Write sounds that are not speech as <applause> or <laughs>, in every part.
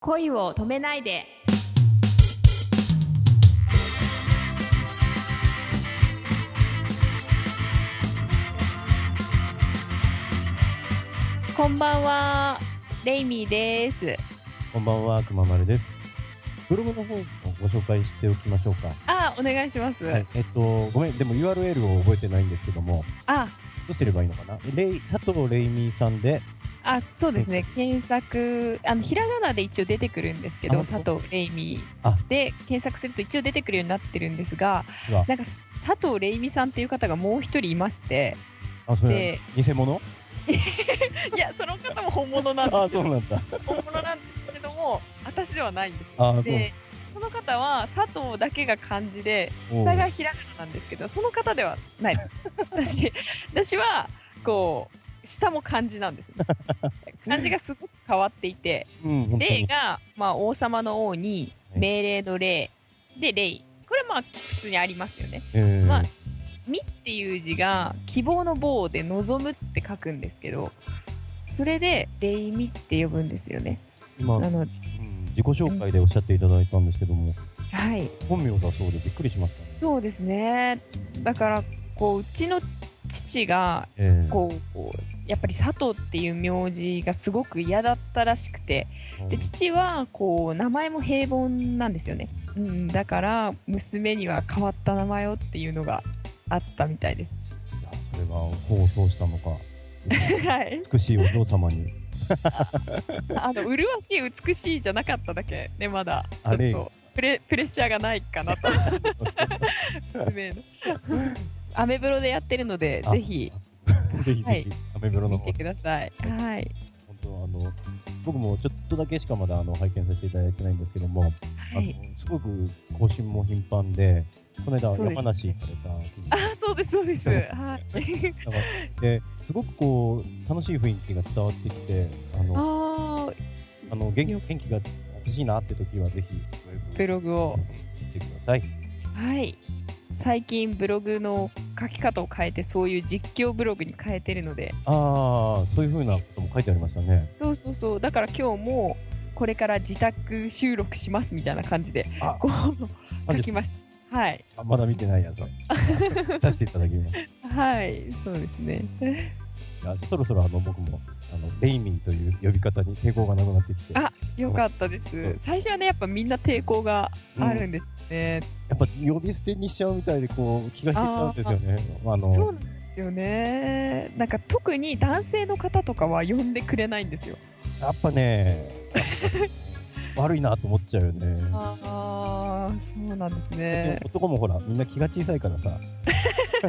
恋を止めないでこんばんはレイミーですこんばんは、くままるです。ブログの方もご紹介しておきましょうか。あお願いします、はい、えっと、ごめん、でも URL を覚えてないんですけども、あどうすればいいのかなレイ、佐藤レイミーさんで、あそうですね検索あのひらがなで一応出てくるんですけどあ佐本当藤レイミあーで検索すると一応出てくるようになってるんですがうわなんか佐藤レイミさんっていう方がもう一人いましてあ、そでれ、偽物 <laughs> いやその方も本物なんあであ、すそうよなんだ。本物なんですけれども私ではないんですあそうでその方は佐藤だけが漢字でおう下がひらがななんですけどその方ではないです私私はこう下も漢字なん <laughs> です、ね、漢字がすごく変わっていてうん、本当霊に。が、まあ、王様の王にはい命令の霊で霊これはまあ普通にありますよねえーまあみっていう字が希望の棒で望むって書くんですけどそれで霊みって呼ぶんですよね今、うなのでん、自己紹介でおっしゃっていただいたんですけども、はい本名だそうでびっくりしました。そうですねだからこううちの父がえーこうこうやっぱり佐藤っていう名字がすごく嫌だったらしくてで父はこう名前も平凡なんですよね、うん、だから娘には変わった名前をっていうのがあったみたいですあそれが功を奏したのか、はい美しいお嬢様 <laughs> に。あの麗しい美しいじゃなかっただけねまだちょあっれとプレプレッシャーがないかな <laughs> と娘のアメブロでやってるのであぜひぜひはぜいひ、アメブロの見て方くださいはい本当あの僕もちょっとだけしかまだあの拝見させていただいてないんですけども、はあいのすごく更新も頻繁でこの間そうです山梨行かれた時にあそうですそうですはい <laughs> ですごくこう楽しい雰囲気が伝わってきてあのああーの元気よ元気が欲しいなって時はぜひブログを見てくださいはい最近ブログの書き方を変えてそういう実況ブログに変えてるのでああそういうふうなことも書いてありましたねそうそうそうだから今日もこれから自宅収録しますみたいな感じであこうマ書ジできすましたはいあまだ見てないやつは <laughs> させていただきますはいそうですねいやそろそろあの僕もあのレイミーという呼び方に抵抗がなくなってきてあよかったです最初はねやっぱみんな抵抗があるんですよね、やっぱ呼び捨てにしちゃうみたいでこう気が引いてたんですよね。あのそうなんですよねなんか特に男性の方とかは呼んでくれないんですよやっぱね悪いなと思っちゃうよね。ああそうなんですでねも男もほらみんな気が小さいからさ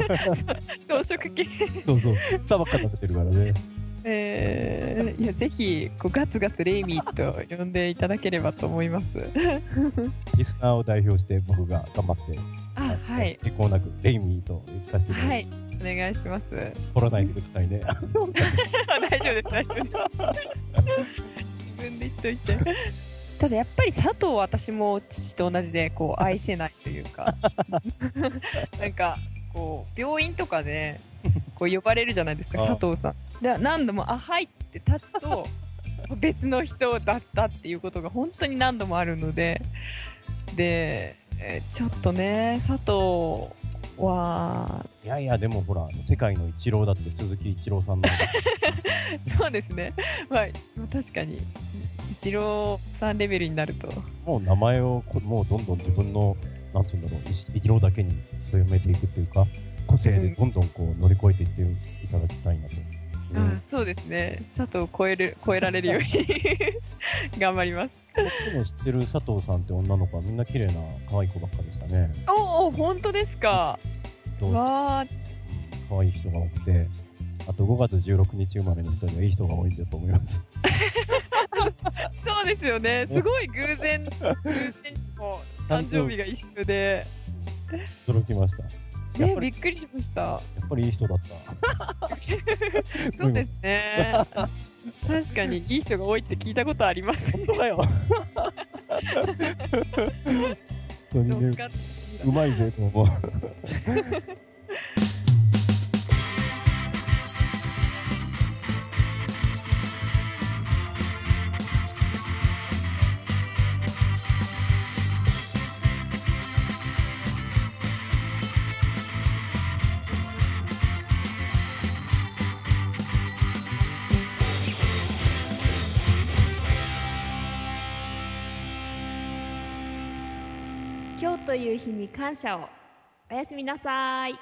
装飾系そうそう草ばっか食べてるからね。えーいやぜひこうガツガツレイミーと呼んでいただければと思います。リスナーを代表して僕が頑張って、あはい抵抗なくレイミーと言かせていただはいて、いお願いします。取らないでくださいね。大丈夫です大丈夫です。自分で言っといて。ただやっぱり佐藤は私も父と同じでこう愛せないというかなんかこう病院とかでこう呼ばれるじゃないですかあ佐藤さん。で何度も「あはい」って立つと別の人だったっていうことが本当に何度もあるのででえーちょっとね佐藤はいやいやでもほらあの世界のイチローだって鈴木一郎さんの <laughs> そうですね、まあ、確かにイチローさんレベルになるともう名前をこもうどんどん自分のなんて言うんだろうい色だけに染めていくというか個性でどんどんこう乗り越えていっていただきたいなと、うあん、そうですね佐藤を超える超えられるように <laughs> 頑張ります僕の知ってる佐藤さんって女の子はみんな綺麗な可愛い子ばっかでしたねおお本当ですかどうわあ可愛い人が多くてあと5月16日生まれの人にはいい人が多いんだと思いますそうですよねすごい偶然偶然にも <laughs> 誕生日が一緒で驚きましたやねっぱびりっくりしましたやっぱりいい人だったそうです <laughs> ね確かにいい人が多いって聞いたことあります本当かよ本当に乗っねかってきたうまいぜと思うという日に感謝をおやすみなさい